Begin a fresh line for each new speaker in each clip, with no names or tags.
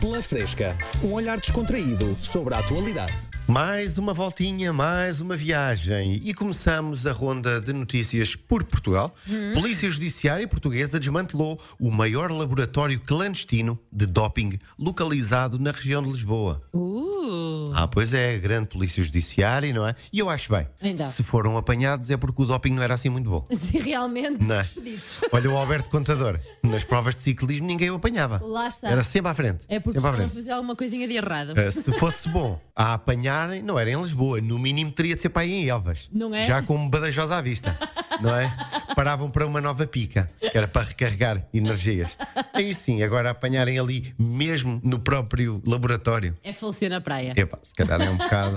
Pela Fresca, um olhar descontraído sobre a atualidade.
Mais uma voltinha, mais uma viagem e começamos a ronda de notícias por Portugal.
Uhum.
Polícia Judiciária Portuguesa desmantelou o maior laboratório clandestino de doping localizado na região de Lisboa.
Uh,
Ah, pois é, grande Polícia Judiciária, não é? E eu acho bem.
Então.
Se foram apanhados é porque o doping não era assim muito bom.
se realmente
Não é?
despedidos.
Olha o Alberto Contador. Nas provas de ciclismo ninguém o apanhava.
Lá está.
Era sempre à frente.
É porque
sempre à
estão a
frente.
fazer alguma coisinha de errado.
Uh, se fosse bom a apanharem, não era em Lisboa, no mínimo teria de ser para aí em Elvas.
Não é?
Já com um Badajoz à vista, não é? Paravam para uma nova pica, que era para recarregar energias. Aí sim, agora apanharem ali mesmo no próprio laboratório.
É falecer na praia.
Epá, se calhar é um bocado.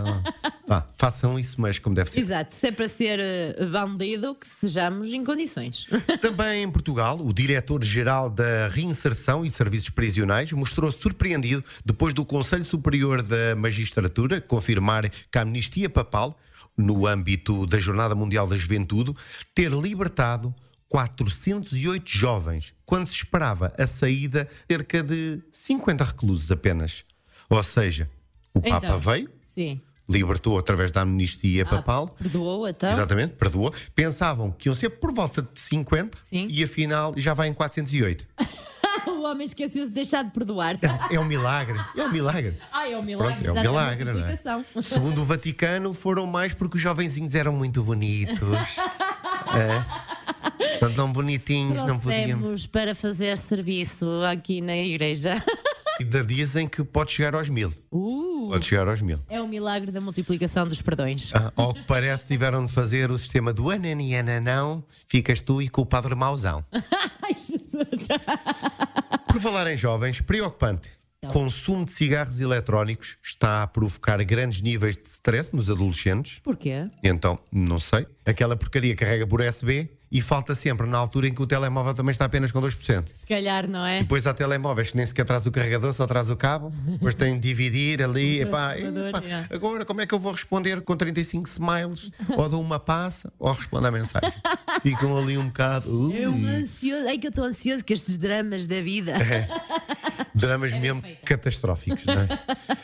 Vá, façam isso, mas como deve ser.
Exato, se é para ser eh, bandido, que sejamos em condições.
Também em Portugal, o diretor-geral da Reinserção e Serviços Prisionais mostrou surpreendido depois do Conselho Superior da Magistratura confirmar que a amnistia papal, no âmbito da Jornada Mundial da Juventude, ter libertado 408 jovens, quando se esperava a saída de cerca de 50 reclusos apenas. Ou seja, o Papa
Então.
veio,
Sim.
libertou através da amnistia papal.
Perdoou então?
Exatamente, perdoa. Pensavam que iam ser por volta de 50
Sim.
e afinal já vai em 408.
O homem esqueceu-se de deixar de perdoar.
É um milagre, é um milagre.
Ah, é um milagre.
Pronto, é um
exato,
milagre,
uma
não é?
multiplicação.
Segundo o Vaticano, foram mais porque os jovenzinhos eram muito bonitos. é. São tão bonitinhos, não podíamos.
Trouxemos para fazer serviço aqui na igreja.
E da dizem que pode chegar aos mil.
Uh,
Pode chegar aos mil.
é o milagre da multiplicação dos perdões.
Ah, ao que parece, tiveram de fazer o sistema do ananiana não, ficas tu e com o padre mauzão.
Ai, Jesus.
Por falar em jovens, preocupante.
Então.
Consumo de cigarros eletrónicos está a provocar grandes níveis de stress nos adolescentes.
Porquê?
Então, não sei. Aquela porcaria carrega por USB e falta sempre na altura em que o telemóvel também está apenas com 2%.
Se calhar, não é?
Depois há telemóveis que nem sequer traz o carregador, só traz o cabo. Depois tem de dividir ali. Epá,
transformador,
epá,
yeah.
agora como é que eu vou responder com 35 smiles? Ou dou uma passa ou respondo à mensagem? Ficam ali um bocado. ui.
Eu ansioso. Ai, que eu estou ansioso com estes dramas da vida.
Dramas mesmo catastróficos, não é?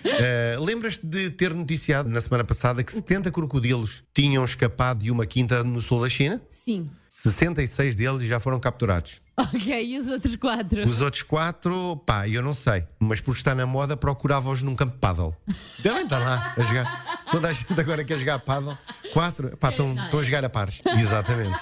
Eh, Lembras-te de ter noticiado na semana passada que 70 crocodilos tinham escapado de uma quinta no sul da China?
Sim.
66 deles já foram capturados.
Ok, e os outros quatro?
Os outros quatro, pá, eu não sei, mas porque está na moda, procurava-os num campo de paddle. Devem estar lá a jogar. Toda a gente agora quer jogar paddle. Quatro, pá, estão estão
é.
a jogar a pares. Exatamente.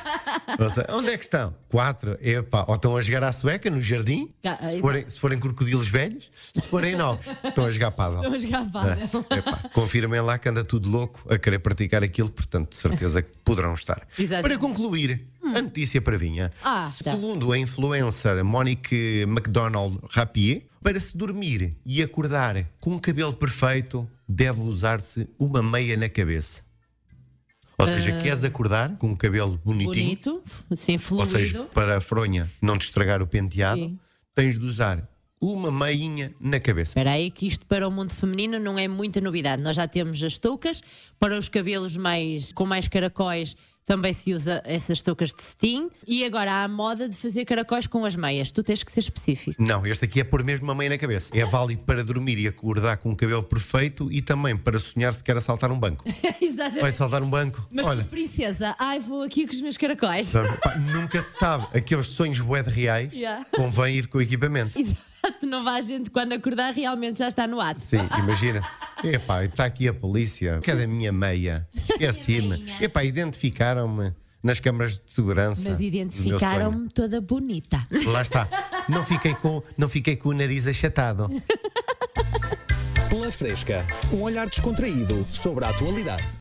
Ou seja, onde é que estão? Quatro, epá, ou estão a jogar à sueca, no jardim,
Tá,
se
aí
forem, se forem crocodilos velhos, se forem novos, estão a jogar paddle.
Estão a jogar pádel.
É, epá, confirmem lá que anda tudo louco a querer praticar aquilo, portanto, de certeza que poderão estar.
Exatamente.
Para concluir, a notícia para vinha.
Ah, tá.
Segundo a influencer Monique McDonald Rapier, para se dormir e acordar com o cabelo perfeito, deve usar-se uma meia na cabeça. Ou seja, queres acordar com o cabelo bonitinho,
Ah. Bonito, sim,
ou
fluido.
seja, para a fronha não te estragar o penteado,
Sim.
tens de usar uma meinha na cabeça.
Espera aí que isto para o mundo feminino não é muita novidade. Nós já temos as toucas, para os cabelos mais com mais caracóis também se usa essas toucas de cetim e agora há a moda de fazer caracóis com as meias. Tu tens que ser específico.
Não, este aqui é pôr mesmo uma meia na cabeça. É válido para dormir e acordar com o cabelo perfeito e também para sonhar se quer assaltar um banco.
Exatamente.
Vai saltar um banco.
Mas
Olha,
tu, princesa, ai, vou aqui com os meus caracóis.
sabe, pá, nunca se sabe. Aqueles sonhos bué de reais
Yeah.
convém ir com o equipamento.
Exato, não vá a gente quando acordar realmente já está no ato.
Sim, imagina. Epá, está aqui a polícia. Cada minha meia. Esqueci-me. Epá, identificaram-me nas câmaras de segurança.
Mas
do meu
identificaram-me toda bonita.
sonho. Lá está. Não fiquei, com, não fiquei com o nariz achatado.
Pela Fresca, um olhar descontraído sobre a atualidade.